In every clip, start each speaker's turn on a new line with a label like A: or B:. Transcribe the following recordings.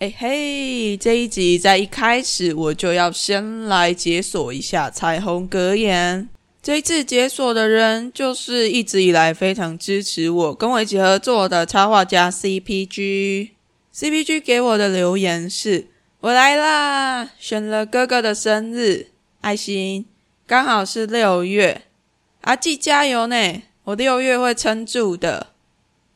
A: 哎嘿，这一集在一开始我就要先来解锁一下彩虹格言。这一次解锁的人就是一直以来非常支持我、跟我一起合作的插画家 CPG。CPG 给我的留言是：“我来啦，选了哥哥的生日，爱心刚好是六月，阿季加油呢，我六月会撑住的。”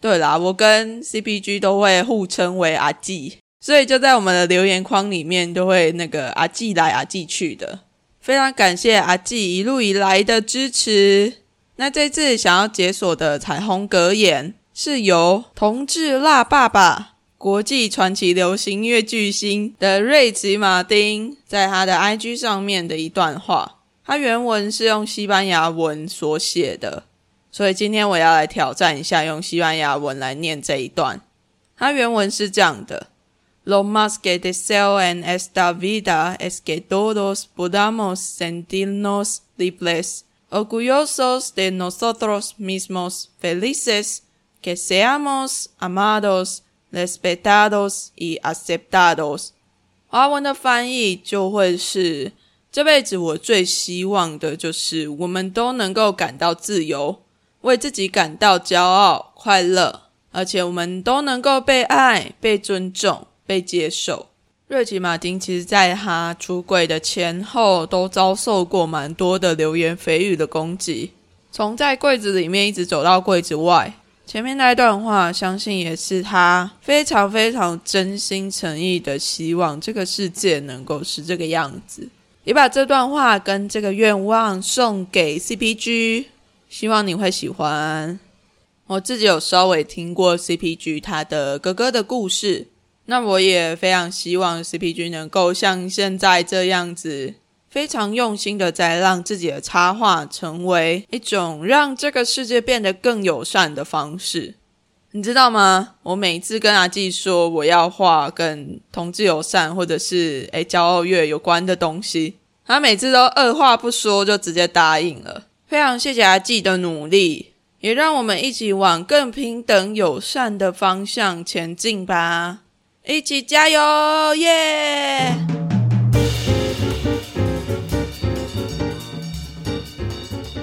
A: 对啦，我跟 CPG 都会互称为阿季，所以就在我们的留言框里面都会那个阿季来阿季去的。非常感谢阿季一路以来的支持。那这次想要解锁的彩虹格言是由同志辣爸爸、国际传奇流行乐巨星的瑞奇·马丁在他的 IG 上面的一段话，他原文是用西班牙文所写的，所以今天我要来挑战一下用西班牙文来念这一段。它原文是这样的。Lo más que deseo en esta vida es que todos podamos sentirnos libres, orgullosos de nosotros mismos, felices, que seamos amados, respetados y aceptados。华文的翻译就会是：这辈子我最希望的就是我们都能够感到自由，为自己感到骄傲、快乐，而且我们都能够被爱、被尊重、被接受。瑞奇·马丁其实在他出柜的前后，都遭受过蛮多的流言蜚语的攻击，从在柜子里面一直走到柜子外。前面那一段话，相信也是他非常非常真心诚意的希望这个世界能够是这个样子。也把这段话跟这个愿望送给 CPG，希望你会喜欢。我自己有稍微听过 CPG 他的哥哥的故事，那我也非常希望 CPG 能够像现在这样子，非常用心的在让自己的插画成为一种让这个世界变得更友善的方式。你知道吗？我每一次跟阿纪说我要画跟同志友善或者是诶骄傲月有关的东西，他每次都二话不说就直接答应了。非常谢谢阿纪的努力，也让我们一起往更平等友善的方向前进吧！一起加油，耶、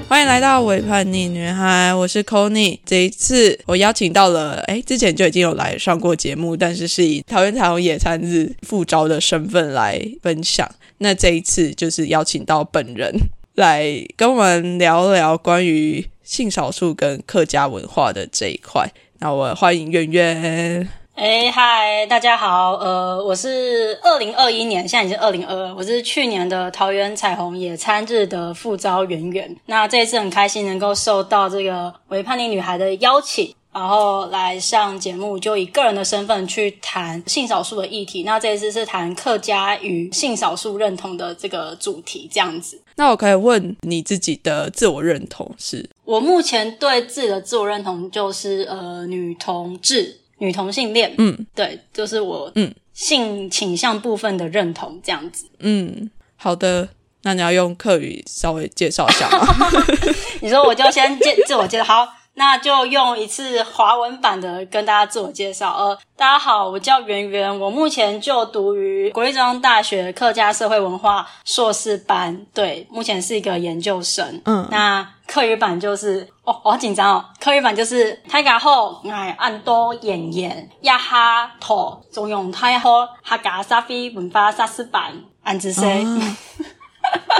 A: 欢迎来到伪叛逆女孩，我是 c o n y 这一次我邀请到了，哎，之前就已经有来上过节目，但是是以桃园彩虹野餐日副招的身份来分享。那这一次就是邀请到本人来跟我们聊聊关于性少数跟客家文化的这一块。那我欢迎圆圆。
B: 哎嗨，大家好，呃，我是二零二一年，现在已经二零二二，我是去年的桃园彩虹野餐日的副招圆圆。那这一次很开心能够受到这个为叛逆女孩的邀请，然后来上节目，就以个人的身份去谈性少数的议题。那这一次是谈客家与性少数认同的这个主题，这样子。
A: 那我可以问你自己的自我认同是？
B: 我目前对自己的自我认同就是呃女同志、女同性恋，
A: 嗯，
B: 对，就是我
A: 嗯
B: 性倾向部分的认同这样子。
A: 嗯，好的。那你要用客语稍微介绍一下吗？
B: 你说我就先介自我介绍，好，那就用一次华文版的跟大家自我介绍。呃，大家好，我叫圆圆，我目前就读于国立中央大学客家社会文化硕士班，对，目前是一个研究生。
A: 嗯
B: 那客语版就是哦，我好紧张哦。客语版就是泰嘎后哎，按多演言呀哈头，中用泰后哈嘎沙菲文化沙斯版安之 C，、
A: 啊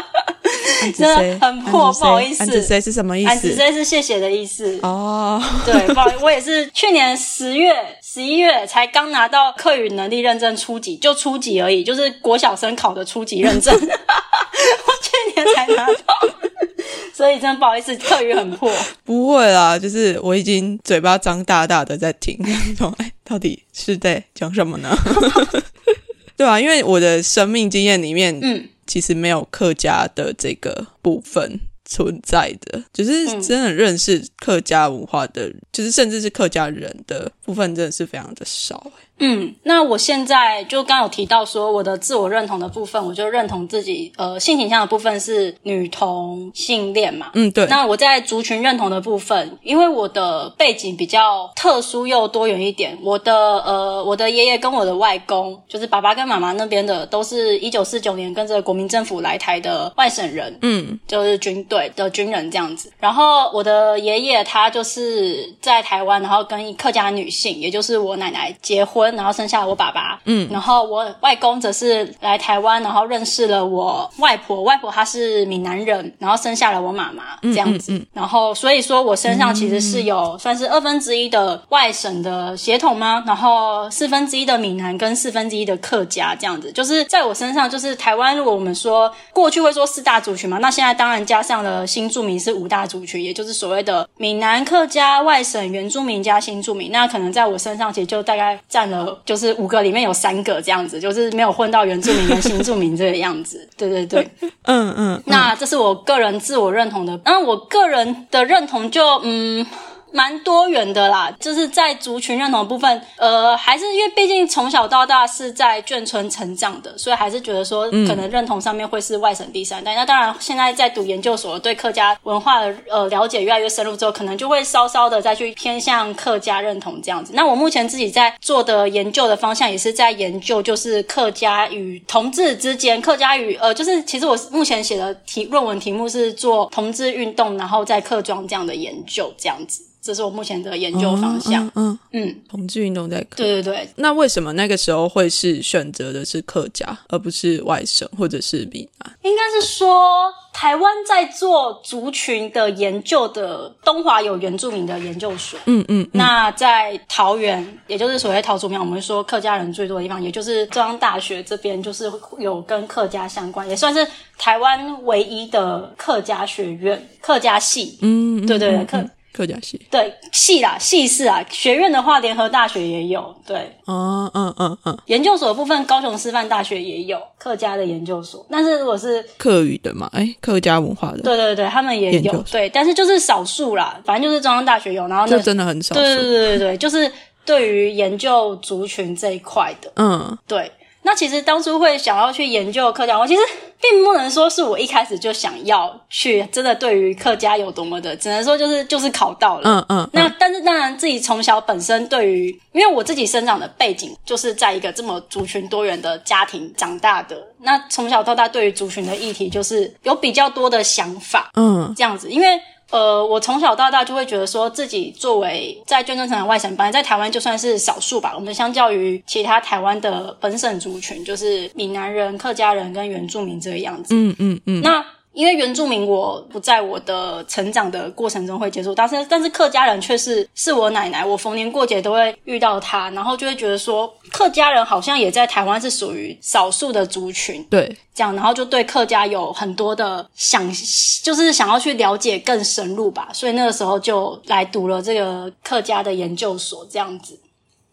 B: 真的很破，不好意思
A: 安子 C 是什么意
B: 安之
A: 思？
B: C 是谢谢的意思。
A: 哦，
B: 对，不好意思，我也是去年十月、十一月才刚拿到课语能力认证初级，就初级而已，就是国小生考的初级认证。 我去年才拿到，所以真的不好意思，课语很破。
A: 不会啦，就是我已经嘴巴张大大的在听， 说哎，到底是在讲什么呢？ 对啊，因为我的生命经验里面，
B: 嗯，
A: 其实没有客家的这个部分存在的，就是
B: 嗯
A: 真的认识客家文化的，就是甚至是客家人的部分，真的是非常的少、欸
B: 嗯，那我现在就刚有提到说我的自我认同的部分，我就认同自己呃性倾向的部分是女同性恋嘛。
A: 嗯，对，
B: 那我在族群认同的部分，因为我的背景比较特殊又多元一点，我的呃，我的爷爷跟我的外公，就是爸爸跟妈妈那边的，都是一九四九年跟着国民政府来台的外省人，
A: 嗯，
B: 就是军队的军人这样子。然后我的爷爷他就是在台湾，然后跟客家女性，也就是我奶奶结婚，然后生下我爸爸，
A: 嗯
B: 然后我外公则是来台湾，然后认识了我外婆，外婆她是闽南人，然后生下了我妈妈这样子。
A: 嗯嗯
B: 然后所以说我身上其实是有算是二分之一的外省的血统吗？然后四分之一的闽南跟四分之一的客家这样子，就是在我身上，就是台湾如果我们说过去会说四大族群嘛，那现在当然加上了新住民是五大族群，也就是所谓的闽南、客家、外省、原住民加新住民。那可能在我身上其实就大概占了，就是五个里面有三个这样子，就是没有混到原住民跟新住民这个样子。对对对。
A: 嗯嗯，
B: 那这是我个人自我认同的，那我个人的认同就嗯。蛮多元的啦，就是在族群认同的部分，呃，还是因为毕竟从小到大是在眷村成长的，所以还是觉得说，
A: 嗯
B: 可能认同上面会是外省第三代。那当然，现在在读研究所，对客家文化的呃了解越来越深入之后，可能就会稍稍的再去偏向客家认同这样子。那我目前自己在做的研究的方向，也是在研究就是客家与同志之间，客家与呃，就是其实我目前写的题论文题目是做同志运动，然后在客庄这样的研究，这样子，这是我目前的研究方向。
A: 嗯嗯，
B: 嗯，
A: 同志运动在客。
B: 对对对，
A: 那为什么那个时候会是选择的是客家，而不是外省或者是闽南？
B: 应该是说，台湾在做族群的研究的，东华有原住民的研究所。
A: 嗯嗯嗯
B: 那在桃园，也就是所谓桃竹苗，我们说客家人最多的地方，也就是中央大学这边，就是有跟客家相关，也算是台湾唯一的客家学院、客家系。
A: 嗯，嗯
B: 对对对
A: 嗯
B: 客
A: 嗯客家系。
B: 对系啦，系是啊，学院的话，联合大学也有，对，
A: 哦，嗯嗯嗯，
B: 研究所的部分，高雄师范大学也有客家的研究所。但是如果是
A: 客语的嘛，哎，客家文化的，
B: 对对对，他们也
A: 研究
B: 有
A: 所
B: 对，但是就是少数啦，反正就是中央大学有，然后那
A: 这真的很少
B: 对对
A: 数。
B: 对对对，就是对于研究族群这一块的，
A: 嗯
B: 对。那其实当初会想要去研究客家文化，其实并不能说是我一开始就想要去，真的对于客家有多么的，只能说就是就是考到了。
A: 嗯嗯，
B: 那但是当然，自己从小本身对于，因为我自己生长的背景就是在一个这么族群多元的家庭长大的，那从小到大对于族群的议题就是有比较多的想法，
A: 嗯
B: 这样子，因为。呃，我从小到大就会觉得说自己作为在眷村成长的外省班，在台湾就算是少数吧。我们相较于其他台湾的本省族群，就是闽南人、客家人跟原住民这个样子。
A: 嗯嗯嗯，
B: 那因为原住民我不在我的成长的过程中会接触，但是但是客家人却是是我奶奶，我逢年过节都会遇到他，然后就会觉得说客家人好像也在台湾是属于少数的族群，
A: 对，
B: 这样，然后就对客家有很多的想，就是想要去了解更深入吧，所以那个时候就来读了这个客家的研究所，这样子。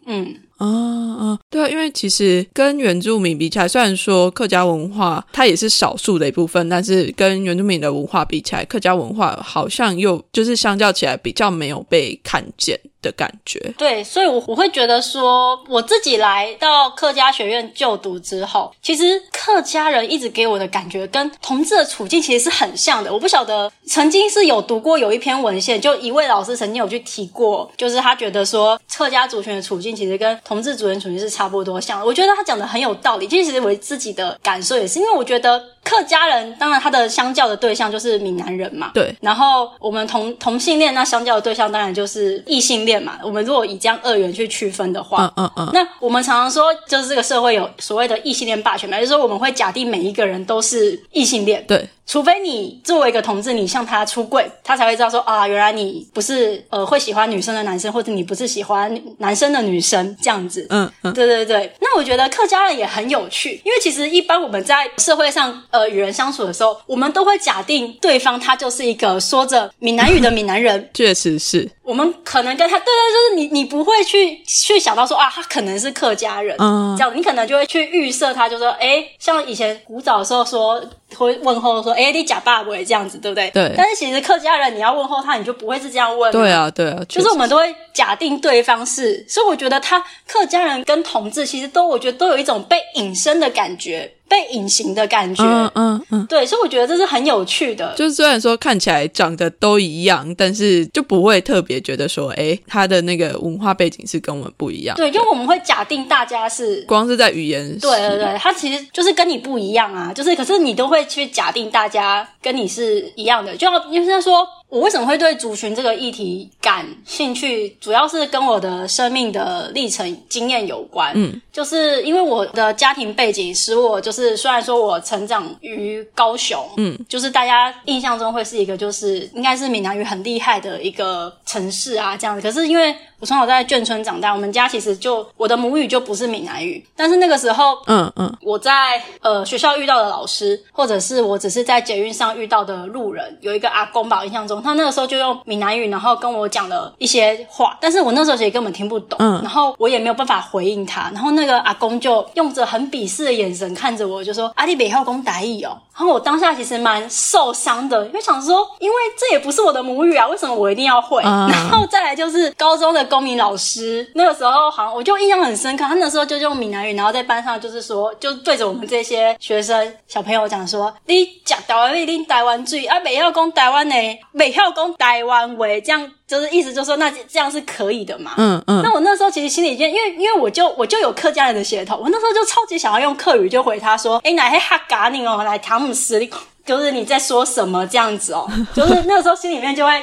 B: 嗯，
A: 啊啊，对啊，因为其实跟原住民比起来，虽然说客家文化它也是少数的一部分，但是跟原住民的文化比起来，客家文化好像又就是相较起来比较没有被看见的感觉。
B: 对，所以我我会觉得说，我自己来到客家学院就读之后，其实客家人一直给我的感觉跟同志的处境其实是很像的。我不晓得曾经是有读过有一篇文献，就一位老师曾经有去提过，就是他觉得说客家族群的处境其实跟同志族群处境是差不多像的。我觉得他讲的很有道理。其实我自己的感受也是，因为我觉得客家人当然他的相较的对象就是闽南人嘛，
A: 对，
B: 然后我们同同性恋那相较的对象当然就是异性恋嘛。我们如果以这样二元去区分的话，
A: 嗯嗯嗯，
B: 那我们常常说，就是这个社会有所谓的异性恋霸权嘛，也就是说我们会假定每一个人都是异性恋，
A: 对，
B: 除非你作为一个同志，你向他出柜，他才会知道说啊，原来你不是呃会喜欢女生的男生，或者你不是喜欢男生的女生这样子。
A: 嗯嗯，
B: 对对对，那我觉得客家人也很有趣，因为其实一般我们在社会上呃与人相处的时候，我们都会假定对方他就是一个说着闽南语的闽南人
A: 确实是，
B: 我们可能跟他对对，就是你你不会去去想到说啊，他可能是客家人，
A: 嗯
B: 这样你可能就会去预设他，就说哎，诶像以前古早的时候说会问候说：“哎、你假爸爸这样子，对不对？”
A: 对
B: 但是其实客家人你要问候他，你就不会是这样问。
A: 对。啊，对啊，
B: 就是我们都会假定对方是，所以我觉得他客家人跟同志其实都，我觉得都有一种被隐身的感觉，被隐形的感
A: 确
B: 觉。
A: 实嗯嗯嗯，
B: 对，所以我觉得这是很有趣的。
A: 就是虽然说看起来长得都一样，但是就不会特别觉得说，诶，他的那个文化背景是跟我们不一样。
B: 对，因为我们会假定大家是。
A: 光是在语言，
B: 对对对，他其实就是跟你不一样啊，就是可是你都会去假定大家跟你是一样的，就要就是说我为什么会对族群这个议题感兴趣，主要是跟我的生命的历程经验有关。嗯，就是因为我的家庭背景使我就是虽然说我成长于高雄，嗯，就是大家印象中会是一个就是应该是闽南语很厉害的一个城市啊这样子，可是因为我从小在眷村长大，我们家其实就我的母语就不是闽南语，但是那个时候
A: 嗯嗯，
B: 我在呃学校遇到的老师，或者是我只是在捷运上遇到的路人，有一个阿公吧，我印象中他那个时候就用闽南语，然后跟我讲了一些话，但是我那时候其实根本听不懂，
A: 嗯
B: 然后我也没有办法回应他，然后那个阿公就用着很鄙视的眼神看着我，就说：“啊阿弟北后公打意哦。”然后我当下其实蛮受伤的，因为想说，因为这也不是我的母语啊，为什么我一定要会？
A: 啊
B: 然后再来就是高中的公民老师，那个时候好像我就印象很深刻，他那时候就用闽南语，然后在班上就是说，就对着我们这些学生小朋友讲说：“你讲台湾你拎台湾最啊，美要讲台湾呢，美要讲台 湾为这样。”就是意思就是说，那这样是可以的嘛？
A: 嗯嗯，
B: 那我那时候其实心里就，因为因为我就我就有客家人的血统，我那时候就超级想要用客语就回他说：“哎、哪嘿哈嘎你哦，来汤姆斯，你就是你在说什么这样子哦？”就是那时候心里面就会。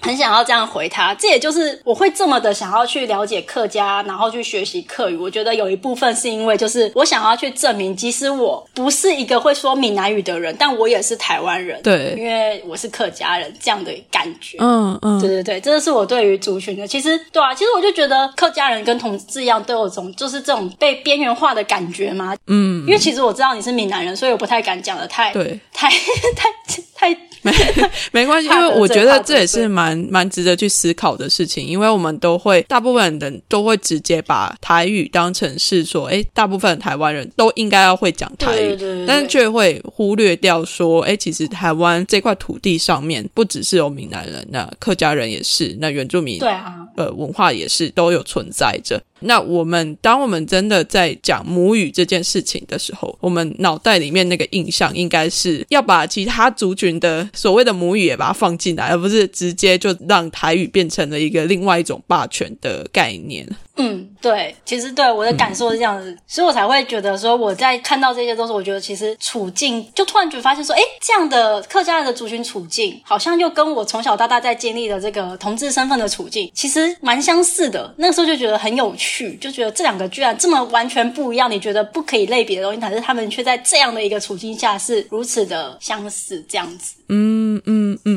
B: 很想要这样回他，这也就是我会这么的想要去了解客家，然后去学习客语。我觉得有一部分是因为，就是我想要去证明，即使我不是一个会说闽南语的人，但我也是台湾人，
A: 对
B: 因为我是客家人这样的感觉。
A: 嗯嗯
B: 对对对，这是我对于族群的。其实，对啊，其实我就觉得客家人跟同志一样，都有种就是这种被边缘化的感觉嘛。
A: 嗯，
B: 因为其实我知道你是闽南人，所以我不太敢讲的太
A: 对，
B: 太太太
A: 没关系，因
B: 怕得
A: 为我
B: 罪
A: 觉
B: 怕
A: 得
B: 得
A: 这也
B: 罪
A: 是蛮蛮值得去思考的事情，因为我们都会大部分人都会直接把台语当成是说，诶，大部分台湾人都应该要会讲台
B: 对对
A: 语，
B: 对对
A: 但是却会忽略掉说，诶，其实台湾这块土地上面不只是有闽南人，那客家人也是，那原住民
B: 对啊，
A: 呃文化也是都有存在着。那我们当我们真的在讲母语这件事情的时候，我们脑袋里面那个印象应该是要把其他族群的所谓的母语也把它放进来，而不是直接就让台语变成了一个另外一种霸权的概念。
B: 嗯，对，其实对我的感受是这样子，所以我才会觉得说，我在看到这些东西，我觉得其实处境就突然觉得发现说，哎，这样的客家人的族群处境，好像又跟我从小到大在经历的这个同志身份的处境，其实蛮相似的。那个时候就觉得很有趣，就觉得这两个居然这么完全不一样，你觉得不可以类比的东西，但是他们却在这样的一个处境下是如此的相似，这样子。
A: 嗯，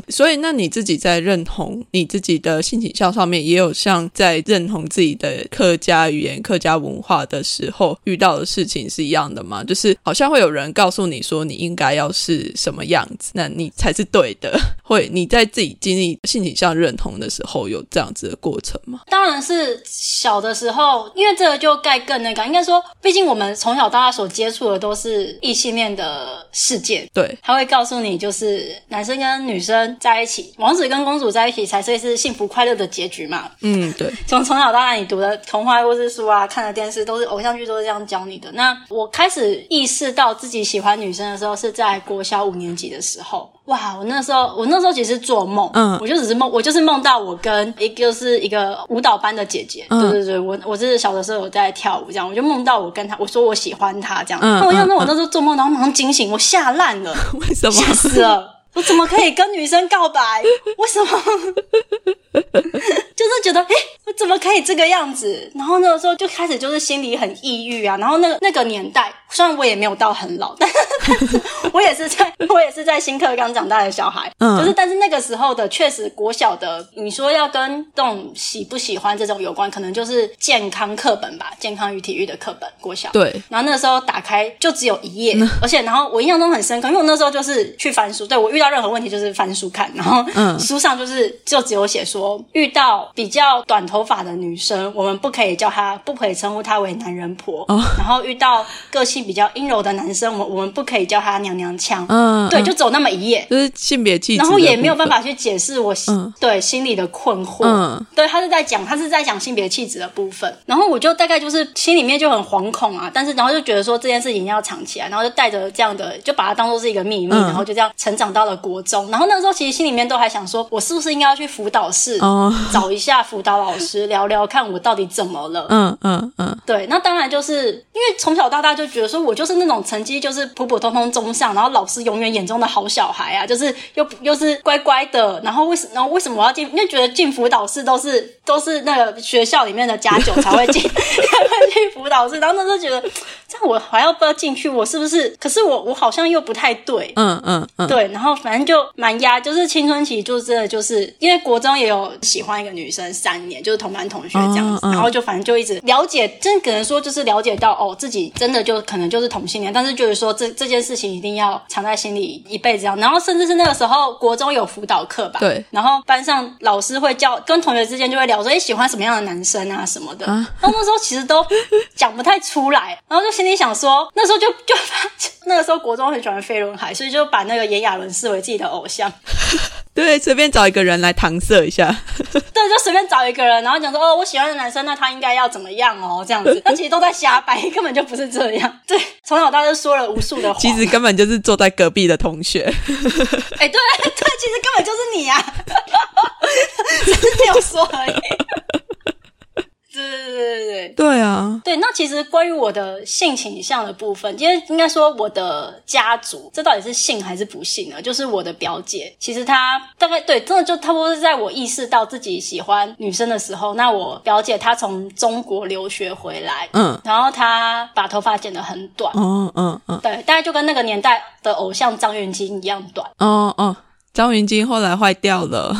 A: 所以那你自己在认同你自己的性倾向上面，也有像在认同自己的客家语言、客家文化的时候遇到的事情是一样的吗？就是好像会有人告诉你说你应该要是什么样子，那你才是对的。 会你在自己经历性倾向认同的时候，有这样子的过程吗？
B: 当然是小的时候，因为这个就盖更那个，应该说，毕竟我们从小到大所接触的都是异性恋的世界。
A: 对，
B: 他会告诉你，就是男生跟女生在一起，王子跟公主在一起才是是幸福快乐的结局嘛。
A: 嗯，对，
B: 从从小到大，你读的童话故事书啊，看的电视都是偶像剧，都是这样教你的。那我开始意识到自己喜欢女生的时候，是在国小五年级的时候。哇，我那时候，我那时候其实做梦，
A: 嗯
B: 我就只是梦，我就是梦到我跟一个就是一个舞蹈班的姐姐，
A: 嗯
B: 对对对，我我就是小的时候有在跳舞这样，我就梦到我跟她，我说我喜欢她这样，
A: 嗯
B: 那、我想说
A: 嗯
B: 我那时候做梦，然后马上惊醒，我吓烂了，
A: 为什
B: 吓
A: 么？
B: 死了！我怎么可以跟女生告 白？为什么？ 就是觉得，哎、我怎么可以这个样子？然后那个时候就开始就是心里很抑郁啊。然后那个那个年代，虽然我也没有到很老， 但但是我也是在我也是在新课刚长大的小孩，
A: 嗯
B: 就是但是那个时候的确实国小的，你说要跟这种喜不喜欢这种有关，可能就是健康课本吧，健康与体育的课本，国小。
A: 对，
B: 然后那时候打开就只有一
A: 嗯
B: 页，而且然后我印象中很深刻，因为我那时候就是去翻书，对我遇到任何问题就是翻书看，然后
A: 嗯
B: 书上就是就只有写说遇到比较短头发的女生，我们不可以叫
A: 哦
B: 她，不可以称呼她为男人婆，然后遇到个性比较阴柔的男生，我们我们不可可以叫她娘娘腔，
A: 嗯，
B: 对，
A: 嗯
B: 就走那么一页，
A: 就是性别气质，
B: 然后也没有办，法去解释我心、
A: 嗯
B: 对心里的困惑。
A: 嗯
B: 对他是在讲，他是在讲性别气质的部分。然后我就大概就是心里面就很惶恐啊，但是然后就觉得说这件事情要藏起来，然后就带着这样的，就把它当做是一个秘密，
A: 嗯
B: 然后就这样成长到了国中。然后那时候其实心里面都还想说，我是不是应该要去辅导室、
A: 哦，
B: 找一下辅导老师聊聊，看我到底怎么了。
A: 嗯嗯嗯，
B: 对，那当然就是因为从小到大就觉得说，我就是那种成绩就是普普通通中上，然后老师永远眼中的好小孩啊，就是又又是乖乖的，然后为什然后为什么我要进？因为觉得进辅导室都是都是那个学校里面的家酒才会进 才会进辅导室，然后那时候觉得这样我还要不要进去？我是不是？可是我我好像又不太对，
A: 嗯嗯嗯，
B: 对，然后反正就蛮压，就是青春期就真的就是因为国中也有喜欢一个女生三年，就是同班同学这样子，
A: 嗯嗯
B: 然后就反正就一直了解，真的可能说就是了解到哦，自己真的就可能就是同性恋，但是就是说这这件事情一定要藏在心里一辈子这样。然后甚至是那个时候国中有辅导课吧，
A: 对
B: 然后班上老师会教跟同学之间就会聊说，哎，喜欢什么样的男生啊什么的。
A: 啊
B: 然后那时候其实都讲不太 出来，然后就心里想说，那时候就就把那个时候国中很喜欢飞轮海，所以就把那个炎亚纶视为自己的偶像。
A: 对，随便找一个人来搪塞一下，
B: 对，就随便找一个人，然后讲说哦，我喜欢的男生，那他应该要怎么样哦，这 样子。那其实都在瞎掰，根本就不是这样。对，从小到大就说了无数的 谎。
A: 其实根本就是坐在隔壁的同学，
B: 哎、对对，其实根本就是你呀、啊， 只是没有说而已。 对对对对对。
A: 对啊，
B: 对，那其实关于我的性倾向的部分，因为应该说我的家族，这到底是信还是不信呢？就是我的表姐，其实她大概对，真的就差不多是在我意识到自己喜欢女生的时候，那我表姐她从中国留学回来，
A: 嗯，
B: 然后她把头发剪得很短，
A: 哦嗯嗯，
B: 对，大概就跟那个年代的偶像张元京一样短。
A: 哦哦，张云京后来坏掉了，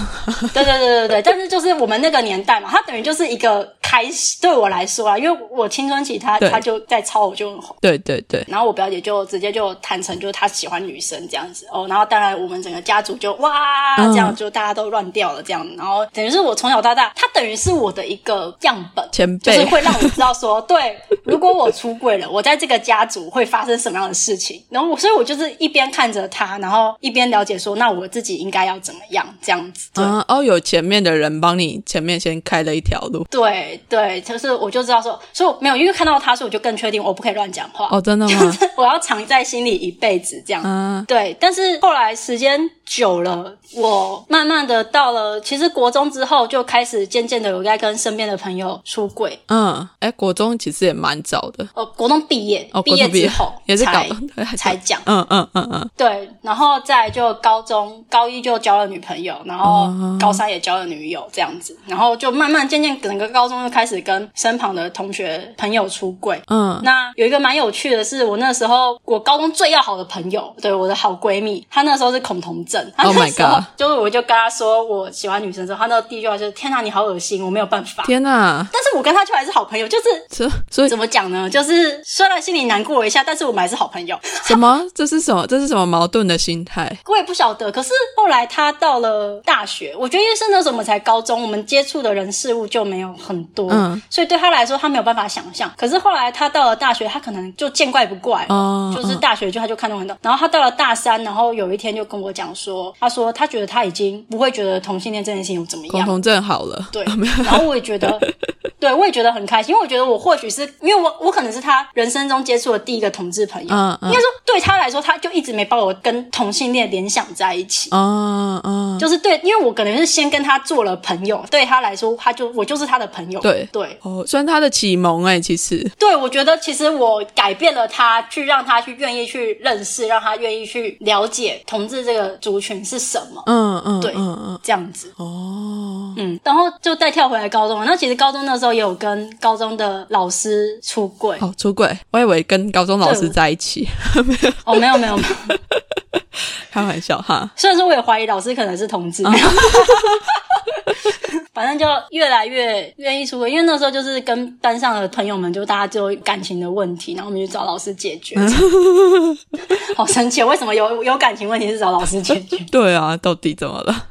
B: 对对对对对，但是就是我们那个年代嘛，它等于就是一个开始，对我来说啊，因为我青春期她
A: 对
B: 她就在抄，我就很红。
A: 对对对，
B: 然后我表姐就直接就坦诚，就是她喜欢女生这样子哦。然后当然我们整个家族就哇，
A: 嗯
B: 这样就大家都乱掉了这样。然后等于是我从小到大，她等于是我的一个样本，
A: 前
B: 就是
A: 辈，
B: 会让我知道说，对，如果我出柜了，我在这个家族会发生什么样的事情。然后我，所以我就是一边看着她，然后一边了解说，那我自己应该要怎么样这样子。对。
A: 啊哦，有前面的人帮你前面先开了一条路，
B: 对对，就是我就知道说，所以我没有，因为看到她，所以我就更确定我不可以乱讲话。
A: 哦，真的
B: 就
A: 吗？
B: 是我要藏在心里一辈子这样。
A: 啊，
B: 对，但是后来时间久了，我慢慢的到了，其实国中之后就开始渐渐的有在跟身边的朋友出轨。
A: 嗯，哎，国中其实也蛮早的，
B: 呃，国中毕业，
A: 哦，
B: 毕
A: 国中毕
B: 之
A: 业
B: 后
A: 也是搞
B: 才，
A: 对还是
B: 才讲。
A: 嗯嗯嗯嗯，
B: 对，然后再就高中高一就交了女朋友，然后
A: 哦
B: 高三也交了女友，这样子，然后就慢慢渐渐整个高中就开始跟身旁的同学朋友出轨。
A: 嗯
B: 那有一个蛮有趣的是，我那时候我高中最要好的朋友，对我的好闺蜜，她那时候是恐同症。她
A: Oh my
B: 那时候
A: God
B: 就是我就跟她说我喜欢女生之后，她那第一句话就是：“天哪、你好恶心，我没有办法。”
A: 天 哪，
B: 但是我跟她就还是好朋友，就是
A: 这所以
B: 怎么讲呢？就是虽然心里难过一下，但是我们还是好朋友。
A: 什么？这是什么？这是什么矛盾的心态？
B: 我也不晓得，可是后来她到了大学，我觉得因为是那时候我们才高中，我们接触的人事物就没有很多，
A: 嗯
B: 所以对她来说，她没有办法想象。可是后来她到了大学，她可能就见怪不怪，
A: 哦
B: 就是大学就她就看懂很多。然后她到了大三，然后有一天就跟我讲说，她说她觉得她已经不会觉得同性恋这件事情有怎么
A: 恐
B: 样，
A: 同症好了，
B: 对，然后我也觉得，对我也觉得很开心，因为我觉得我或许是因为我我可能是他人生中接触的第一个同志朋友，
A: 嗯嗯
B: 应该说对他来说，他就一直没把我跟同性恋联想在一起。
A: 啊啊，
B: 就是对，因为我可能是先跟他做了朋友，对他来说，他就我就是他的朋友。
A: 对
B: 对
A: 哦，算他的启蒙哎、其实
B: 对，我觉得其实我改变了他，去让他去愿意去认识，让他愿意去了解同志这个族群是什么，
A: 嗯嗯
B: 对
A: 嗯嗯
B: 这样子。
A: 哦，
B: 嗯，然后就再跳回来高中，那其实高中那时候也有跟高中的老师出柜。
A: 哦，出轨，我以为跟高中老师
B: 对我
A: 在一起，
B: 哦，没有没有没有，
A: 开玩笑哈。
B: 虽然说我也怀疑老师可能是同志，没有 反正就越来越愿意出轨，因为那时候就是跟班上的朋友们，就大家就有感情的问题，然后我们就找老师解决。好生气哦，为什么有有感情问题是找老师解决？
A: 对啊，到底怎么了？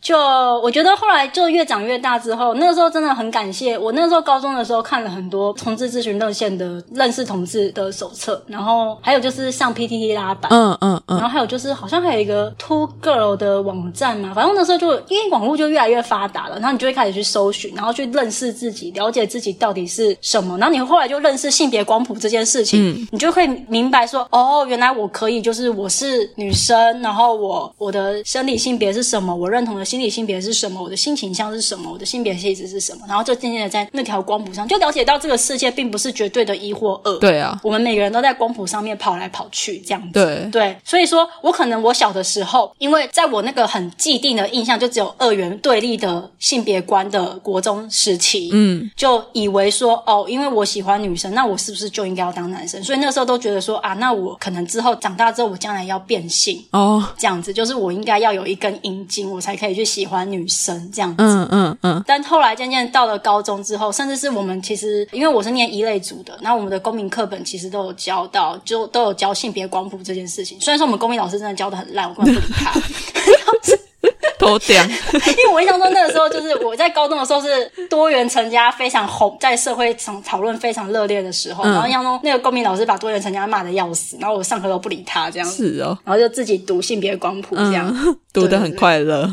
B: 就我觉得后来就越长越大之后，那个时候真的很感谢我那时候高中的时候看了很多同志咨询热线的认识同志的手册，然后还有就是上 PTT 拉板。
A: 嗯嗯
B: 然
A: 嗯，
B: 后还有就是，好像还有一个 Two Girl 的网站嘛，反正那时候就因为网络就越来越发达了，然后你就会开始去搜寻，然后去认识自己，了解自己到底是什么。然后你后来就认识性别光谱这件事情，
A: 嗯
B: 你就会明白说，哦，原来我可以就是我是女生，然后我我的生理性别是什么，我认同的心理性别是什么，我的性倾向是什么，我的性别气质是什么，然后就渐渐的在那条光谱上就了解到这个世界并不是绝对的一或二，
A: 对啊，
B: 我们每个人都在光谱上面跑来跑去这样子。
A: 对
B: 对，所以说我可能我小的时候，因为在我那个很既定的印象，就只有二元对立的性别观的国中时期，
A: 嗯，
B: 就以为说哦，因为我喜欢女生，那我是不是就应该要当男生？所以那时候都觉得说啊，那我可能之后长大之后，我将来要变性。
A: 哦，
B: 这样子就是我应该要有一根阴茎，我才可以去喜欢女生这样子。
A: 嗯嗯嗯，
B: 但后来渐渐到了高中之后，甚至是我们其实因为我是念一类组的，那我们的公民课本其实都有教到，就都有教性别光谱这件事情。虽然说我们公民老师真的教的很烂，我根本不理 他，
A: 偷 掉，
B: 因为我印象中那个时候就是我在高中的时候是多元成家非常红，在社会上讨论非常热烈的时候，
A: 嗯
B: 然后印象中那个公民老师把多元成家骂的要死，然后我上课都不理他这样子。
A: 是哦，
B: 然后就自己读性别光谱这样，
A: 嗯，读得很快乐，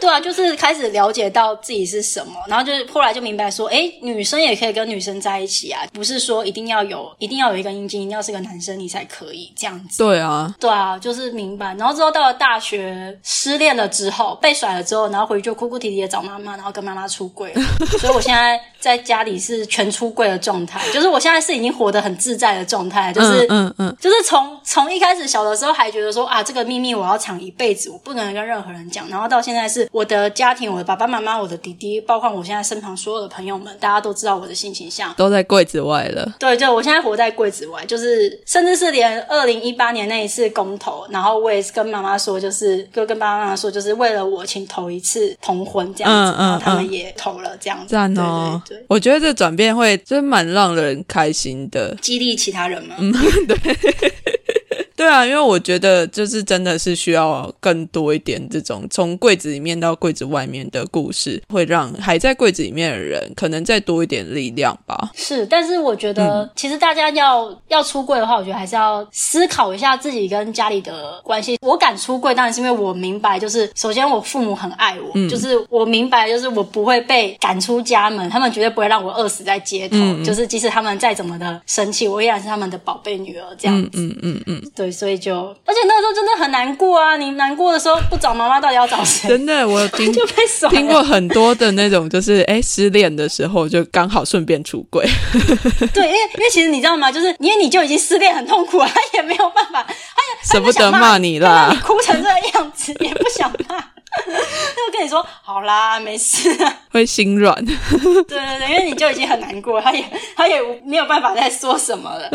B: 对啊，就是开始了解到自己是什么，然后就是后来就明白说，哎，女生也可以跟女生在一起啊，不是说一定要有，一定要有一个阴茎，一定要是个男生你才可以这样子。
A: 对啊，
B: 对啊，就是明白。然后之后到了大学，失恋了之后，被甩了之后，然后回去就哭哭啼啼的找妈妈，然后跟妈妈出柜了。所以我现在在家里是全出柜的状态，就是我现在是已经活得很自在的状态，就是
A: 嗯嗯嗯，
B: 就是从从一开始小的时候还觉得说啊，这个秘密我要藏一辈子，我不能跟任何人讲。然后到现在是我的家庭，我的爸爸妈妈，我的弟弟，包括我现在身旁所有的朋友们，大家都知道我的性倾向。
A: 都在柜子外了，
B: 对，就我现在活在柜子外，就是甚至是连二零一八年那一次公投，然后我也是跟妈妈说，就是就跟爸爸妈妈说，就是为了我，请投一次同婚这样子，
A: 嗯嗯
B: 然后他们也投了这样子，
A: 赞哦
B: 对对对，，
A: 我觉得这转变会真蛮让人开心的，
B: 激励其他人嘛，
A: 对啊，因为我觉得就是真的是需要更多一点这种从柜子里面到柜子外面的故事，会让还在柜子里面的人可能再多一点力量吧。
B: 是，但是我觉
A: 嗯
B: 得，其实大家要、要出柜的话，我觉得还是要思考一下自己跟家里的关系。我敢出柜，当然是因为我明白，就是首先我父母很爱我，
A: 嗯
B: 就是我明白，就是我不会被赶出家门，他们绝对不会让我饿死在街头。
A: 嗯
B: 就是即使他们再怎么的生气，我依然是他们的宝贝女儿这样子。
A: 嗯嗯嗯，
B: 对，所以就，而且那个时候真的很难过啊！你难过的时候不找妈妈，到底要找谁？
A: 真的，我有听
B: 哎 就被甩了。
A: 听过很多的那种，就是哎失恋的时候就刚好顺便出轨，
B: 哎 对，因为因为其实你知道吗？就是因为你就已经失恋很痛苦了，他也没有办法，他也他
A: 舍不得
B: 想
A: 骂
B: 骂
A: 你
B: 看到
A: 啦
B: 你，哭成这个样子也不想骂，就跟你说好啦，没事啊。
A: 会心软。
B: 对对对，因为你就已经很难过，他也他也没有办法再说什么了，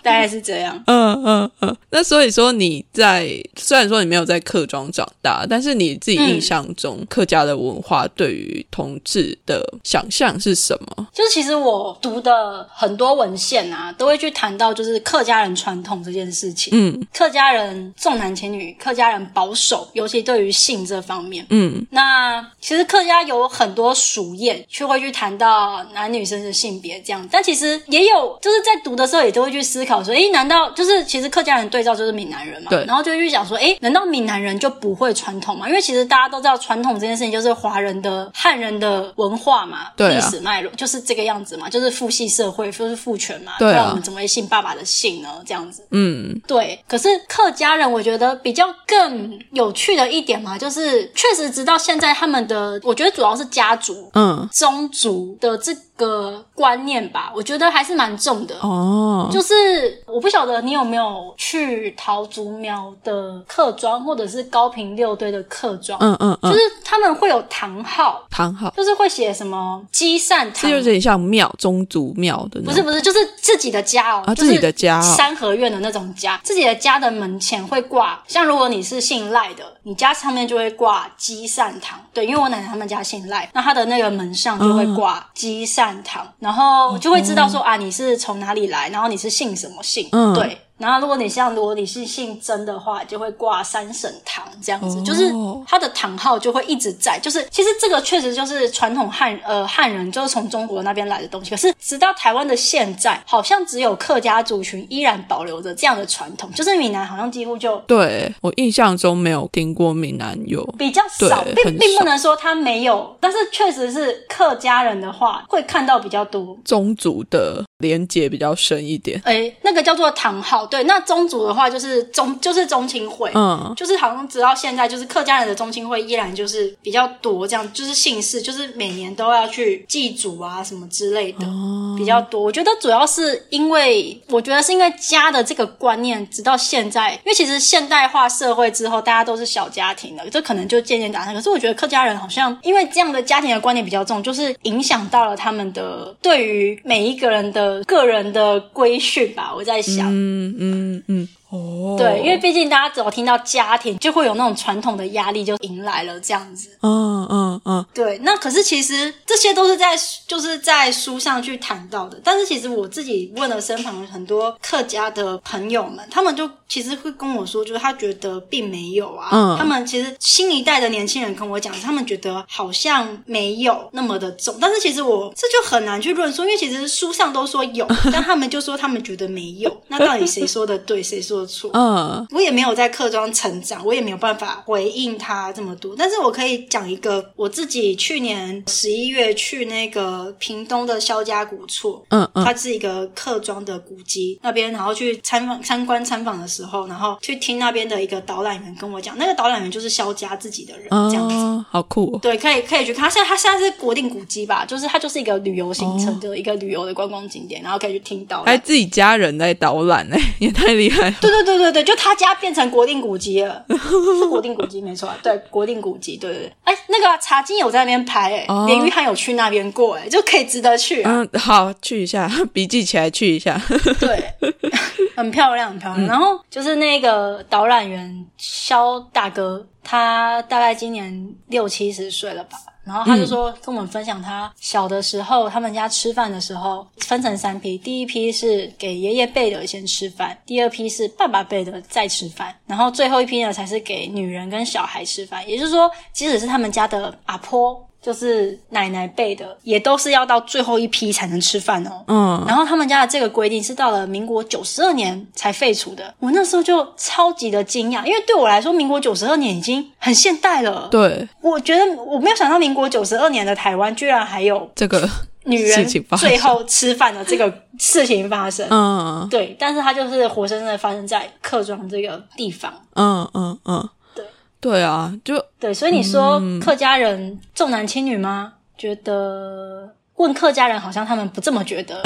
B: 大概是这样。
A: 嗯嗯嗯。那所以说你在虽然说你没有在客庄长大，但是你自己
B: 嗯
A: 印象中、客家的文化对于同志的想象是什么？
B: 就是其实我读的很多文献啊，都会去谈到就是客家人传统这件事情。
A: 嗯
B: 客家人重男轻女，客家人保守，尤其对于性这方面。
A: 嗯
B: 那其实客家有很多俗谚，去会去谈到男女生的性别这样，但其实也有就是在读的时候也都会去思考说，诶，难道就是其实客家人对照就是闽南人嘛？
A: 对
B: 然后就会去想说，诶，难道闽南人就不会传统吗？因为其实大家都知道传统这件事情就是华人的汉人的文化嘛，
A: 对啊
B: 历史脉络就是这个样子嘛，就是父系社会，就是父权嘛，
A: 对啊
B: 不然我们怎么会信爸爸的姓呢？这样子。
A: 嗯，
B: 对，可是客家人，我觉得比较更有趣的一点嘛，就是确实直到现在，他们的我觉得主要是家族、
A: 嗯，
B: 宗族的这个观念吧，我觉得还是蛮重的。
A: 哦，
B: 就是我不晓得你有没有去桃竹苗的客庄，或者是高平六堆的客庄，
A: 嗯嗯
B: 就
A: 嗯，
B: 是他们会有堂号，
A: 唐好，
B: 就是会写什么积善
A: 这
B: 堂，
A: 有点像庙宗族庙的
B: 不
A: 那
B: 是
A: 种，
B: 不是，就是自己的家哦，
A: 啊
B: 就是
A: 自己的家哦
B: 三合院的那种家，自己的家的门前会挂，像如果你是姓赖的，你家上面就会挂积善堂，对，因为我奶奶他们家姓赖，那他的那个门上就会
A: 嗯
B: 挂积善堂，然后就会知道说、啊你是从哪里来，然后你是姓什么姓，
A: 嗯
B: 对。然后如果你像如果你是姓曾的话，就会挂三省堂这样子，
A: 哦
B: 就是他的堂号就会一直在。就是其实这个确实就是传统汉呃汉人就是从中国那边来的东西，可是直到台湾的现在，好像只有客家族群依然保留着这样的传统，就是闽南好像几乎就
A: 对我印象中没有听过闽南有，
B: 比较少，
A: 对
B: 并
A: 很
B: 并
A: 少
B: 不能说他没有，但是确实是客家人的话会看到比较多。
A: 宗族的连结比较深一点。
B: 诶，那个叫做唐号，对，那宗族的话就是宗就是宗亲会，
A: 嗯，
B: 就是好像直到现在，就是客家人的宗亲会依然就是比较多，这样就是姓氏，就是每年都要去祭祖啊什么之类的、
A: 哦
B: 比较多。我觉得主要是因为，我觉得是因为家的这个观念，直到现在，因为其实现代化社会之后，大家都是小家庭了，这可能就渐渐打散。可是我觉得客家人好像因为这样的家庭的观念比较重，就是影响到了他们的对于每一个人的个人的规训吧。我在想，
A: 嗯嗯嗯，哦，
B: 对，因为毕竟大家只有听到家庭，就会有那种传统的压力就迎来了这样子。
A: 嗯嗯嗯，
B: 对，那可是其实这些都是在就是在书上去谈到的，但是其实我自己问了身旁很多客家的朋友们，他们就其实会跟我说，就是他觉得并没有啊，
A: 嗯
B: 他们其实新一代的年轻人跟我讲，他们觉得好像没有那么的重，但是其实我这就很难去论述，因为其实书上都说 有，但他们就说他们觉得没有，那到底谁说的对，谁说的错？
A: 嗯，
B: 我也没有在客庄成长，我也没有办法回应他这么多，但是我可以讲一个我自己去年十一月去那个屏东的肖家古厝。
A: 嗯嗯
B: 它是一个客庄的古迹，那边然后去参访参观参访的时候，然后去听那边的一个导览员跟我讲，那个导览员就是肖家自己的人，这样子。
A: 嗯，好酷哦，
B: 对，可以可以去看。它现在它现在是国定古迹吧，就是它就是一个旅游行程，的一个旅游的观光景点，然后可以去听导览
A: 还。自己家人在导览呢，欸 也太厉害了。
B: 对对对对对，就他家变成国定古迹了，是国定古迹没错啊，对，国定古迹，对对对。哎，那个啊茶金有在那边拍、哎、
A: 哦
B: 连玉涵有去那边过、哎，就可以值得去、啊，
A: 嗯，好，去一下， 笔记起来去一下。
B: 对， 很漂亮，很漂亮。然后就是那个导览员肖大哥，他大概今年六七十岁了吧。然后他就说跟我们分享，他小的时候他们家吃饭的时候分成三批，第一批是给爷爷辈的先吃饭，第二批是爸爸辈的再吃饭，然后最后一批呢才是给女人跟小孩吃饭。也就是说，即使是他们家的阿婆，就是奶奶辈的，也都是要到最后一批才能吃饭哦。
A: 嗯，
B: 然后他们家的这个规定是到了民国九十二年才废除的。我那时候就超级的惊讶，因为对我来说，民国九十二年已经很现代了。
A: 对，
B: 我觉得我没有想到，民国九十二年的台湾居然还有
A: 这个，
B: 女人
A: 事情发生
B: 最后吃饭的这个事情发生。
A: 嗯
B: 对，但是它就是活生生的发生在客庄这个地方。
A: 嗯嗯嗯，
B: 对
A: 对啊，就
B: 对，所以你说
A: 嗯
B: 客家人重男轻女吗？觉得问客家人好像他们不这么觉 得，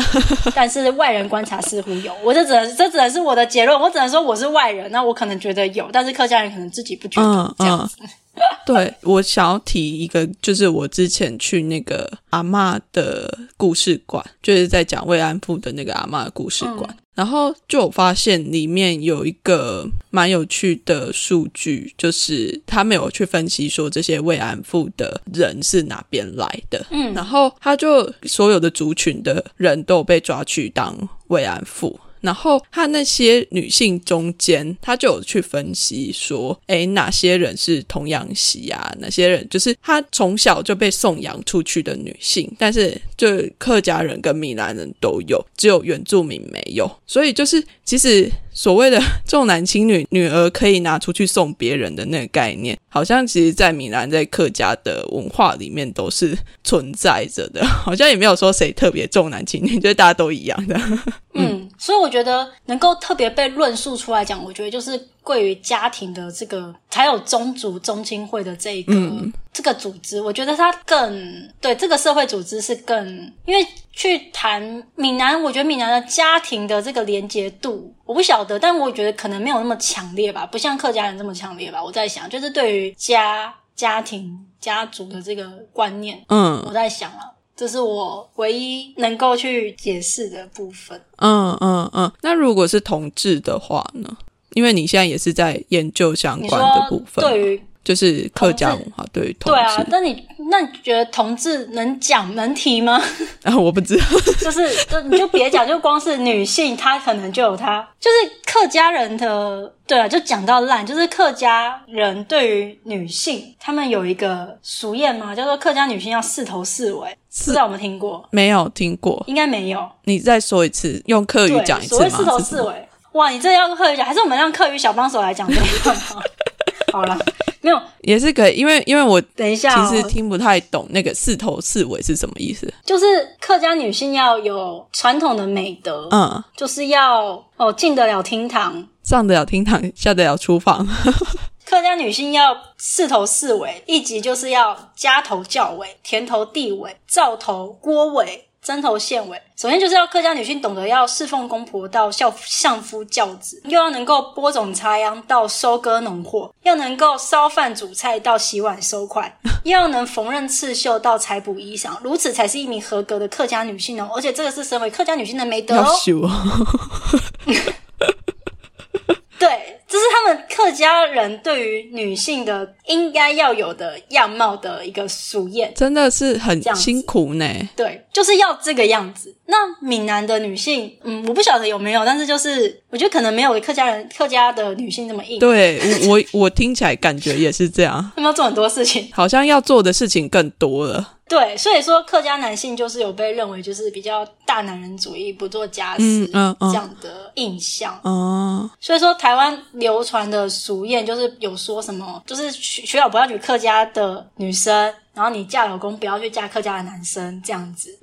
B: 但是外人观察似乎有。我这只能这只能是我的结论，我只能说我是外人，那我可能觉得有，但是客家人可能自己不觉得、
A: 嗯
B: 这样子。
A: 对啊我想要提一个，就是我之前去那个阿嬷的故事馆，就是在讲慰安妇的那个阿嬷的故事馆，然后就有发现里面有一个蛮有趣的数据，就是他们有去分析说这些慰安妇的人是哪边来的，
B: 嗯
A: 然后他就所有的族群的人都有被抓去当慰安妇。然后他那些女性中间，他就有去分析说，诶，哪些人是童养媳啊？哪些人就是他从小就被送养出去的女性，但是就客家人跟闽南人都有，只有原住民没有。所以就是其实所谓的 重男轻女，女儿可以拿出去送别人的那个概念，好像其实在闽南在客家的文化里面都是存在着的， 好像也没有说谁特别重男轻女，就是大家都一样的。
B: 嗯，所以我觉得能够特别被论述出来讲，我觉得就是贵于家庭的这个，还有宗族宗亲会的这一个、这个组织，我觉得它更对这个社会组织是更，因为去谈闽南，我觉得闽南的家庭的这个连结度，我不晓得，但我觉得可能没有那么强烈吧，不像客家人这么强烈吧。我在想，就是对于家家庭家族的这个观念，
A: 嗯
B: 我在想啊，这是我唯一能够去解释的部分。
A: 嗯嗯嗯。那如果是同志的话呢？因为你现在也是在研究相
B: 你
A: 关
B: 说
A: 的部分嘛，
B: 对于
A: 就是客家文化对同
B: 对啊
A: 志，
B: 但你那你觉得同志能讲能提吗？
A: 啊， 我不知道，
B: 就是就你就别讲，就光是女性，她可能就有她，就是客家人的，对啊，就讲到烂，就是客家人对于女性，他们有一个俗谚嘛，叫做客家女性要四头四尾，不知道有没有听过？
A: 没有听过。
B: 应该没有。
A: 你再说一次，用客语
B: 对，
A: 讲一次
B: 所
A: 吗？
B: 谓四头四
A: 是什么
B: 尾，哇，你这要客语讲，还是我们让客语小帮手来讲这一 段吗？好了，没有，
A: 也是可以，因为因为我
B: 等一下、哦，
A: 其实听不太懂那个四头四尾是什么意思。
B: 就是客家女性要有传统的美德，
A: 嗯，
B: 就是要哦进得了厅堂。
A: 上得了厅堂，下得了厨房。
B: 客家女性要四头四尾，一级就是要家头教尾、田头地尾、灶头锅尾、针头线尾。首先就是要客家女性懂得要侍奉公婆到孝相夫教子，又要能够播种插秧到收割农货，要能够烧饭煮菜到洗碗收筷，又 要能缝纫刺绣到裁补衣裳，如此才是一名合格的客家女性哦。而且这个是身为客家女性的美德
A: 要
B: 哦。
A: 修哦，
B: 对，这是他们客家人对于女性的应该要有的样貌的一个俗谚。
A: 真的是很
B: 这样子
A: 辛苦呢。
B: 对，就是要这个样子。那闽南的女性，嗯，我不晓得有没有，但是就是我觉得可能没有客家人客家的女性这么硬，
A: 对我我我听起来感觉也是这样，
B: 他们要做很多事情。
A: 好像要做的事情更多了。
B: 对，所以说客家男性就是有被认为就是比较大男人主义，不做家事、
A: 嗯嗯嗯
B: 这样的印象。
A: 哦，
B: 所以说，台湾流传的俗谚就是有说什么，就是娶娶老婆要娶客家的女生，然后你嫁老公不要去嫁客家的男生，这样子。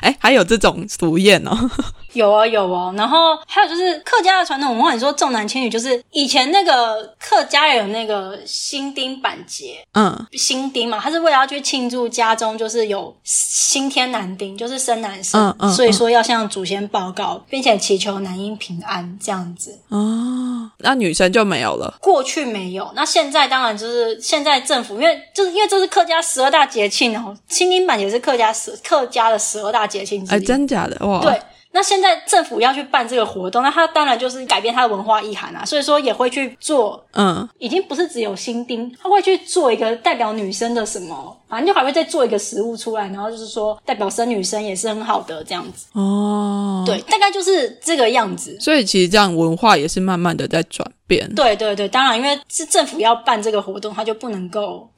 A: 哎，还有这种俗谚哦，
B: 有哦，有哦。然后还有就是客家的传统文化，你说重男轻女，就是以前那个客家人有那个新丁板节，
A: 嗯，
B: 新丁嘛，他是为了要去庆祝家中就是有新天男丁，就是生男生，
A: 嗯嗯
B: 所以说要向祖先报告，并且祈求男婴平安这样子。
A: 哦，那女生就没有了。
B: 过去没有，那现在当然就是现在政府，因为就是因为这是客家十二大节庆哦，清明版也是客家十客家的十二大节庆之
A: 哎，
B: 一。
A: 真假的哇？
B: 嗯对，那现在政府要去办这个活动，那他当然就是改变他的文化意涵啊，所以说也会去做，
A: 嗯，
B: 已经不是只有新丁，他会去做一个代表女生的什么，反正就还会再做一个食物出来，然后就是说代表生女生也是很好的这样子。
A: 哦，，
B: 对，大概就是这个样子。
A: 所以其实这样文化也是慢慢的在转变。
B: 对对对，当然，因为是政府要办这个活动，他就不能够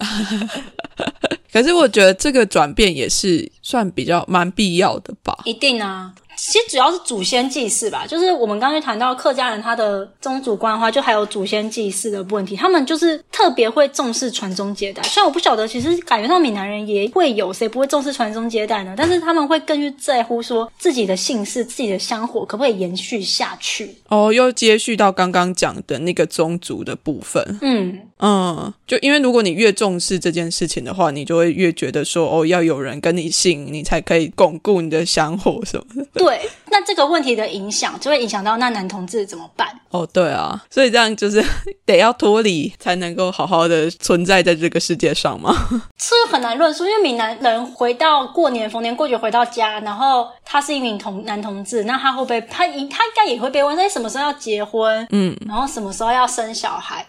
A: 可是我觉得这个转变也是算比较蛮必要的吧。
B: 一定啊。其实主要是祖先祭祀吧，就是我们刚才谈到客家人他的宗主观的话，就还有祖先祭祀的问题，他们就是特别会重视传宗接代。虽然我不晓得，其实感觉上闽南人也会有谁不会重视传宗接代呢？但是他们会更去在乎说自己的姓氏、自己的香火可不可以延续下去。
A: 哦，又接续到刚刚讲的那个宗族的部分，
B: 嗯，
A: 嗯，就因为如果你越重视这件事情的话，你就会越觉得说，哦，要有人跟你姓，你才可以巩固你的香火什么的。
B: 对。那这个问题的影响就会影响到那男同志怎么办？
A: 哦，对啊，所以这样就是得要脱离，才能够好好的存在在这个世界上嘛。
B: 是很难论述，因为闽南人回到过年逢年过节回到家，然后他是一名同男同志，那他会不会他一他应该也会被问，哎，什么时候要结婚？嗯，然后什么时候要生小孩？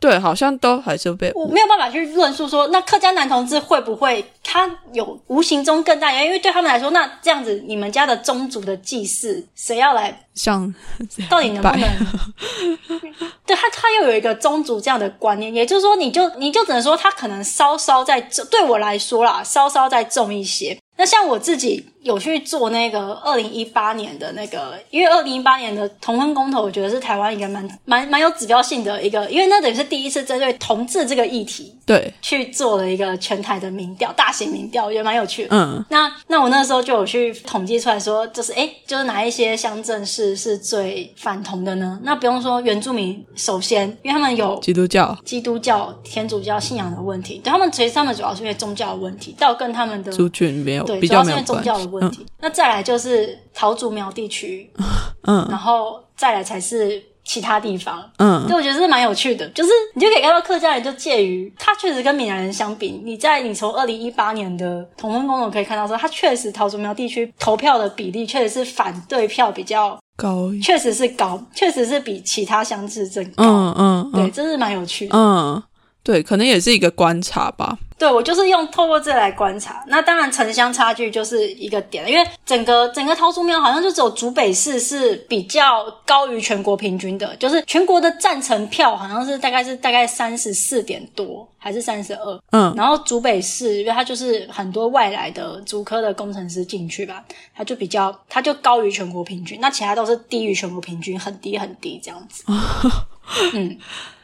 A: 对，好像都还是被
B: 我没有办法去论述说，那客家男同志会不会他有无形中更大压力？因为对他们来说，那这样子你们家的宗族的祭祀，谁要来
A: 像
B: 到底能不
A: 拜
B: 能？ 对他，他又有一个宗族这样的观念，也就是说，你就你就只能说他可能稍稍再重，对我来说啦，稍稍再重一些。那像我自己有去做那个二零一八年的那个，因为二零一八年的同婚公投，我觉得是台湾一个蛮蛮蛮有指标性的一个，因为那等于是第一次针对同志这个议题
A: 对，
B: 去做了一个全台的民调，大型民调，我觉得蛮有趣的。
A: 嗯，
B: 那那我那时候就有去统计出来说，就是哎，诶就是哪一些乡镇市是最反同的呢？那不用说原住民，首先因为他们有
A: 基督教、
B: 基督教、天主教信仰的问题，对他们其实他们主要是因为宗教的问题，倒跟他们的
A: 族群没有
B: 对
A: 比
B: 主
A: 较
B: 要是
A: 没
B: 因
A: 有
B: 为宗
A: 关
B: 教的
A: 系，
B: 问
A: 嗯
B: 题。那再来就是桃竹苗地 区，嗯，然后再来才是其他地方，
A: 嗯，
B: 对，我觉得是蛮有趣的，就是你就可以看到客家人就介于，他确实跟闽南人相比，你在你从二零一八年的同婚公投可以看到说，他确实桃竹苗地区投票的比例确实是反对票比较，
A: 高，
B: 确实是高，确实是比其他乡市镇高，
A: 嗯嗯
B: 对，
A: 嗯
B: 这是蛮有趣的。
A: 嗯，对，可能也是一个观察吧。
B: 对我就是用透过这来观察。那当然城乡差距就是一个点，因为整个整个桃竹苗好像就只有竹北市是比较高于全国平均的，就是全国的赞成票好像是大概是大概三十四点多还是三十二，
A: 嗯，
B: 然后竹北市，因为它就是很多外来的竹科的工程师进去吧，它就比较，它就高于全国平均，那其他都是低于全国平均，很低很低这样子。嗯，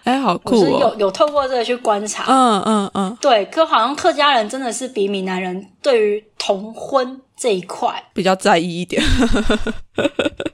A: 哎，好
B: 我
A: 酷
B: 是
A: 哦。
B: 有有透过这个去观察，
A: 嗯嗯嗯，
B: 对，可好像客家人真的是比闽南人对于同婚这一块，
A: 比较在意一点。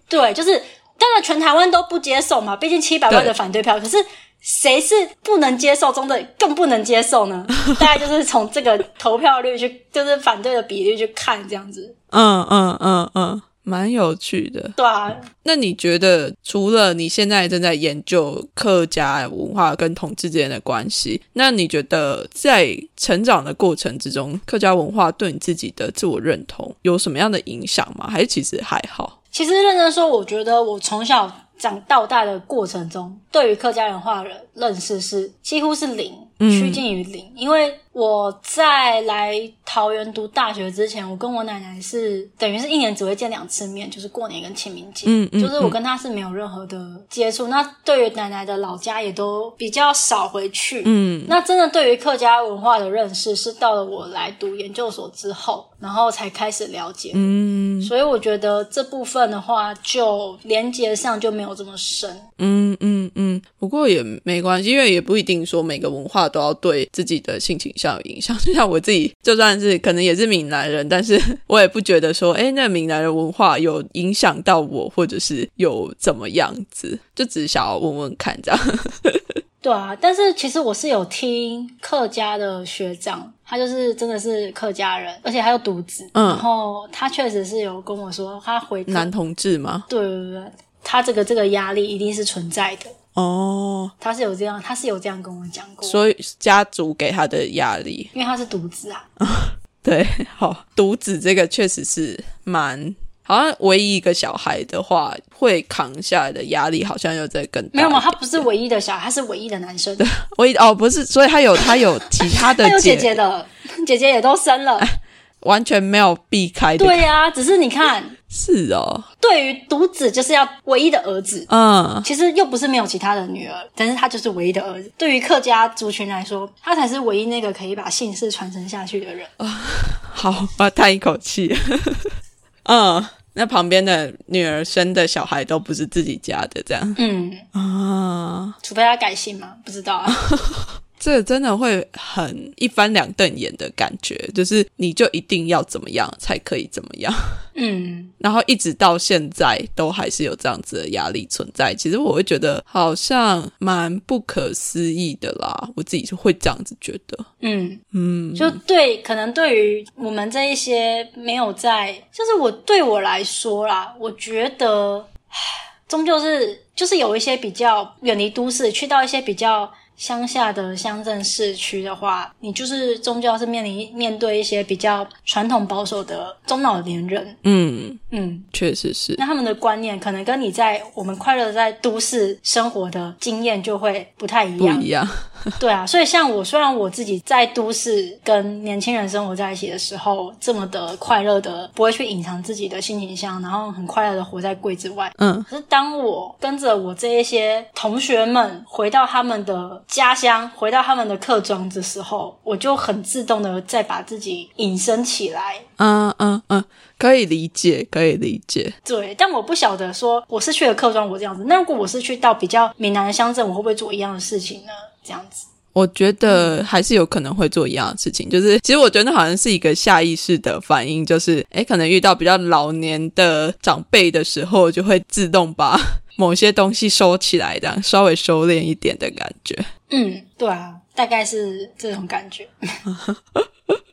B: 对，就是当然全台湾都不接受嘛，毕竟七百万的反对票，可是。谁是不能接受中的，更不能接受呢？大概就是从这个投票率去，就是反对的比率去看这样子。
A: 嗯嗯嗯嗯，蛮有趣的。
B: 对啊，
A: 那你觉得，除了你现在正在研究客家文化跟统治之间的关系，那你觉得在成长的过程之中，客家文化对你自己的自我认同有什么样的影响吗？还是其实还好？
B: 其实认真说，我觉得我从小长到大的过程中，对于客家人话的认识是几乎是零，趋近于零。因为我在来桃园读大学之前，我跟我奶奶是等于是一年只会见两次面，就是过年跟清明节。
A: 嗯嗯
B: 就是我跟她是没有任何的接触。那对于奶奶的老家也都比较少回去。
A: 嗯
B: 那真的对于客家文化的认识是到了我来读研究所之后，然后才开始了解。
A: 嗯
B: 所以我觉得这部分的话，就连接上就没有这么深。
A: 嗯嗯嗯。不过也没关系，因为也不一定说每个文化都要对自己的性倾向有影响。 就像我自己，就算是可能也是闽南人，但是 我也不觉得说，哎，那闽南人文化有影响到我，或者是有怎么样子，就只是想要问问看这样。
B: 对啊，但是其实我是有听客家的学长，他就是真的是客家人，而且他又独子，
A: 嗯
B: 然后他确实是有跟我说，他回客
A: 男同志 吗？
B: 对对对，他这个这个压力一定是存在的，
A: 哦，
B: 他是有这样，他是有这样跟我讲过，
A: 所以家族给他的压力，
B: 因为他是独子啊，
A: 对，好，独子这个确实是蛮，好像唯一一个小孩的话，会扛下来的压力好像又在更大。
B: 没有嘛，他不是唯一的小孩，他是唯一的男生，
A: 唯一哦，不是，所以他有他有其他的
B: 他有姐哎
A: 姐，
B: 姐的， 姐姐也都生了，
A: 完全没有避开的，
B: 对呀、只是你看。
A: 是哦，
B: 对于独子就是要唯一的儿子，
A: 嗯
B: 其实又不是没有其他的女儿，但是他就是唯一的儿子。对于客家族群来说，他才是唯一那个可以把姓氏传承下去的人。
A: 好，我要叹一口气。 嗯，那旁边的女儿生的小孩都不是自己家的，这样
B: 嗯，
A: 啊。
B: 除非他改姓嘛，不知道啊。
A: 这真的会很一翻两瞪眼的感觉，就是你就一定要怎么样才可以怎么样，
B: 嗯，
A: 然后一直到现在都还是有这样子的压力存在。其实我会觉得好像蛮不可思议的啦，我自己是会这样子觉得。
B: 嗯，
A: 嗯
B: 就对，可能对于我们这一些没有在，就是我对我来说啦，我觉得唉终究是就是有一些比较远离都市，去到一些比较乡下的乡镇市区的话，你就是终究是面临面对一些比较传统保守的中老年人，
A: 嗯，
B: 嗯，
A: 确实是。
B: 那他们的观念可能跟你在我们快乐在都市生活的经验就会不太一
A: 不
B: 样
A: 一，样，
B: 对啊，所以像我，虽然我自己在都市跟年轻人生活在一起的时候，这么的快乐的，不会去隐藏自己的性倾向，然后很快乐的活在柜子外。
A: 嗯
B: 可是当我跟着我这一些同学们回到他们的家乡，回到他们的客庄的时候，我就很自动的再把自己隐身起来。
A: 嗯嗯嗯，可以理解，可以理解。
B: 对，但我不晓得说我是去了客庄我这样子，那如果我是去到比较闽南的乡镇，我会不会做一样的事情呢？这样子。
A: 我觉得还是有可能会做一样的事情，就是其实我觉得好像是一个下意识的反应，就是诶，可能遇到比较老年的长辈的时候，就会自动把某些东西收起来，这样稍微收敛一点的感觉，
B: 嗯，对啊，大概是这种感觉。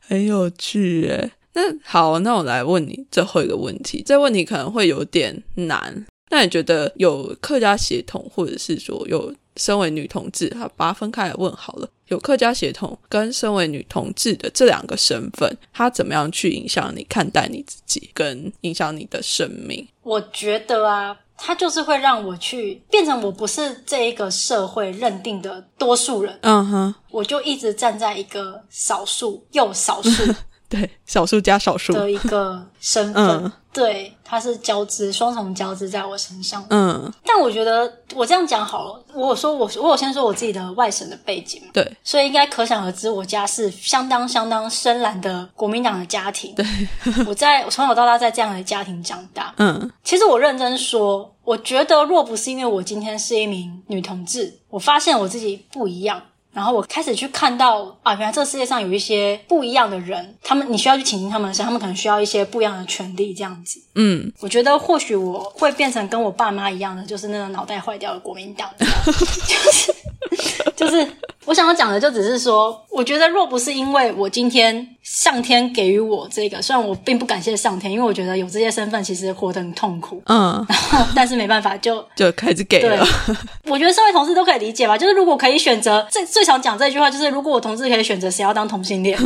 A: 很有趣诶。那好，那我来问你最后一个问题，这问题可能会有点难。那你觉得有客家血统，或者是说有身为女同志，好，把它分开来问好了。有客家血统跟身为女同志的这两个身份，它怎么样去影响你看待你自己，跟影响你的生命？
B: 我觉得啊，它就是会让我去变成我不是这一个社会认定的多数人，
A: 嗯哼，
B: 我就一直站在一个少数又少数
A: 对，少数加少数，
B: 的一个身份。
A: 嗯
B: 对，它是交织，双重交织在我身上。
A: 嗯，
B: 但我觉得我这样讲好了，我有说我我有先说我自己的外省的背景嘛，
A: 对，
B: 所以应该可想而知，我家是相当相当深蓝的国民党的家庭。对，我在我从小到大在这样的家庭长大。
A: 嗯
B: 其实我认真说，我觉得若不是因为我今天是一名女同志，我发现我自己不一样，然后我开始去看到啊，原来这个世界上有一些不一样的人，他们你需要去倾听他们的声音，他们可能需要一些不一样的权利，这样子。
A: 嗯，，
B: 我觉得或许我会变成跟我爸妈一样的，就是那个脑袋坏掉的国民党， 就是就是我想要讲的就只是说，我觉得若不是因为我今天上天给予我这个，虽然我并不感谢上天，因为我觉得有这些身份其实活得很痛苦
A: 嗯，
B: 但是没办法就。
A: 就开始给
B: 对
A: 了，，
B: 我觉得社会同志都可以理解吧。就是如果可以选择，最最常讲这句话就是，如果我同志可以选择，谁要当同性恋？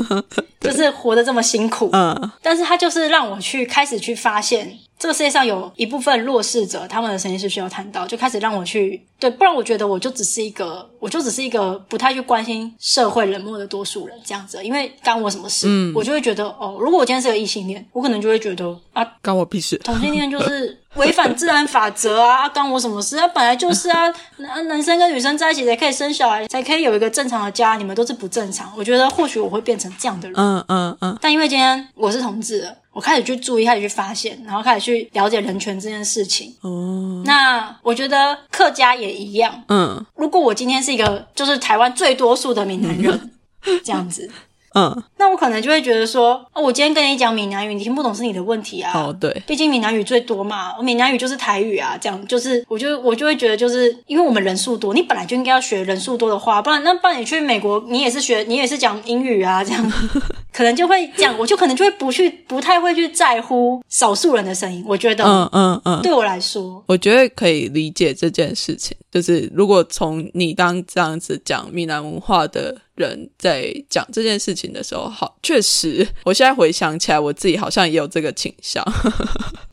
B: 就是活得这么辛苦，
A: 嗯
B: 但是它就是让我去开始去发现，这个世界上有一部分弱势者，他们的声音是需要看到，就开始让我去对，不然我觉得我就只是一个，我就只是一个不太去关心社会冷漠的多数人这样子，因为干我什么事，我就会觉得哦，如果我今天是个异性恋，我可能就会觉得啊，
A: 关我屁事，
B: 同性恋就是违反自然法则啊，啊干我什么事？啊，本来就是啊，男男生跟女生在一起才可以生小孩，才可以有一个正常的家，你们都是不正常。我觉得或许我会变成这样的人。
A: 嗯嗯嗯
B: 但因为今天我是同志了，我开始去注意，开始去发现，然后开始去了解人权这件事情。
A: 哦，
B: 那我觉得客家也一样。
A: 嗯
B: 如果我今天是一个就是台湾最多数的闽南人，这样子，
A: 嗯，
B: 那我可能就会觉得说，哦，我今天跟你讲闽南语，你听不懂是你的问题啊。
A: 哦对，
B: 毕竟闽南语最多嘛，闽南语就是台语啊，这样就是我就我就会觉得，就是因为我们人数多，你本来就应该要学人数多的话，不然那不然你去美国，你也是学你也是讲英语啊，这样可能就会这样，我就可能就会不去不太会去在乎少数人的声音，我觉得、
A: 嗯嗯嗯，
B: 对我来说，
A: 我觉得可以理解这件事情，就是如果从你刚这样子讲闽南文化的人在讲这件事情的时候，好，确实，我现在回想起来，我自己好像也有这个倾向，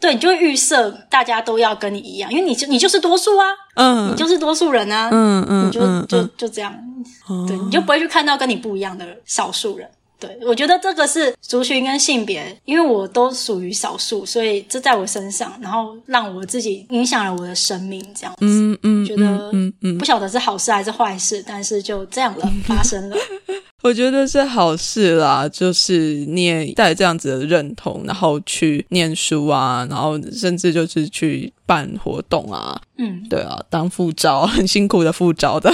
B: 对你就会预设大家都要跟你一样，啊因为你就你就是多数啊，
A: 嗯
B: 你就是多数人啊，
A: 嗯嗯
B: 你就、
A: 嗯
B: 就就这样，
A: 哦
B: 对，你就不会去看到跟你不一样的少数人。对，我觉得这个是族群跟性别，因为我都属于少数，所以这在我身上，然后让我自己影响了我的生命，这样子，
A: 嗯嗯，
B: 觉得
A: 嗯嗯嗯
B: 不晓得是好事还是坏事，但是就这样了，发生 了。
A: 我觉得是好事啦，就是你也带这样子的认同，然后去念书啊，然后甚至就是去办活动啊，
B: 嗯，
A: 对啊，当副招，很辛苦的副招的，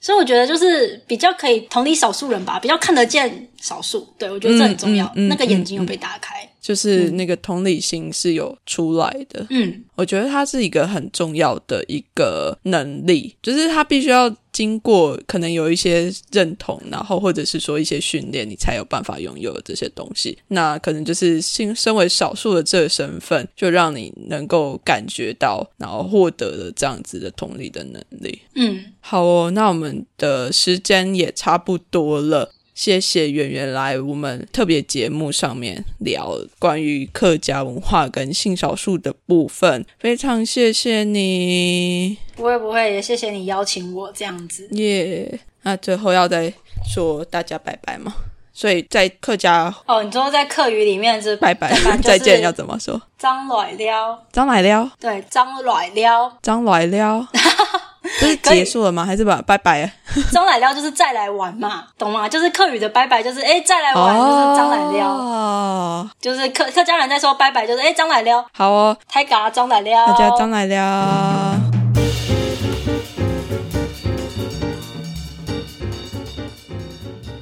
B: 所以我觉得就是比较可以同理少数人吧，比较看得见少数，对我觉得这很重要，
A: 嗯嗯嗯
B: 那个眼睛有被打开。
A: 就是那个同理心是有出来的。
B: 嗯
A: 我觉得它是一个很重要的一个能力，就是它必须要经过可能有一些认同，然后或者是说一些训练，你才有办法拥有这些东西。那可能就是身身为少数的这个身份，就让你能够感觉到，然后获得了这样子的同理的能力。
B: 嗯，
A: 好哦，那我们的时间也差不多了。谢谢圆圆来我们特别节目上面聊关于客家文化跟性少数的部分，非常谢谢你
B: 不会不会，也谢谢你邀请我这样子。
A: 耶那最后要再说大家拜拜吗？所以在客家
B: 哦，你说在客语里面是
A: 拜拜、
B: 拜
A: 再见
B: 就
A: 要
B: 是
A: 怎么说？
B: 张来了，
A: 张来了，
B: 对，张来 了，
A: 张来 了，这是
B: 可以
A: 结束了吗？还是把拜啊拜？
B: 张来了就是再来玩嘛，懂吗？就是客语的拜拜就是哎再来玩，就是张来了，
A: 哦，
B: 就是客客家人在说拜拜就是哎张来了，
A: 好哦，
B: 太嘎张来了，
A: 大家张来了。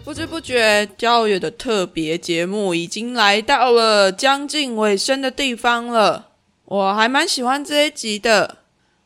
A: 不知不觉，教友的特别节目已经来到了将近尾声的地方了。我还蛮喜欢这一集的。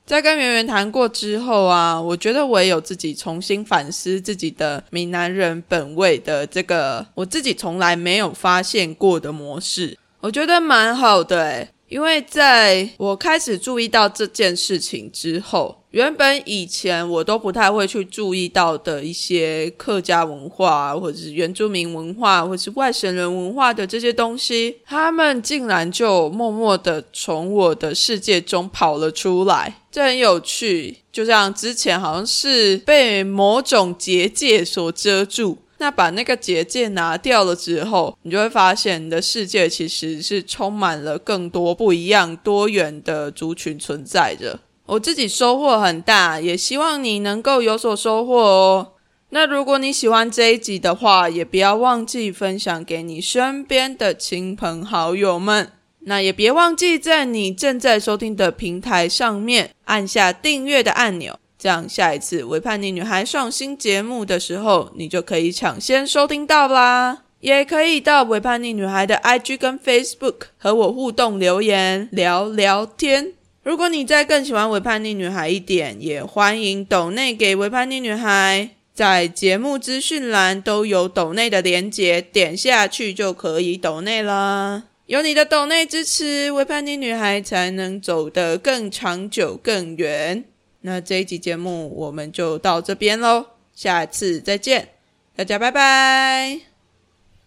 A: 在跟圆圆谈过之后啊，我觉得我也有自己重新反思自己的闽南人本位的这个我自己从来没有发现过的模式，我觉得蛮好的诶。因为在我开始注意到这件事情之后，原本以前我都不太会去注意到的一些客家文化，或者是原住民文化，或者是外省人文化的这些东西，他们竟然就默默的从我的世界中跑了出来，这很有趣。就像之前好像是被某种结界所遮住，那把那个结界拿掉了之后，你就会发现你的世界其实是充满了更多不一样、多元的族群存在着。我自己收获很大，也希望你能够有所收获哦。那如果你喜欢这一集的话，也不要忘记分享给你身边的亲朋好友们。那也别忘记在你正在收听的平台上面按下订阅的按钮，这样下一次《维叛逆女孩》上新节目的时候，你就可以抢先收听到啦。也可以到《维叛逆女孩》的 IG 跟 Facebook 和我互动留言聊聊天。如果你再更喜欢《维叛逆女孩》一点，也欢迎抖内给《维叛逆女孩》。在节目资讯栏都有抖内的连结，点下去就可以抖内啦。有你的抖内支持，维叛逆女孩才能走得更长久、更远。那这一集节目我们就到这边喽，下次再见，大家拜拜。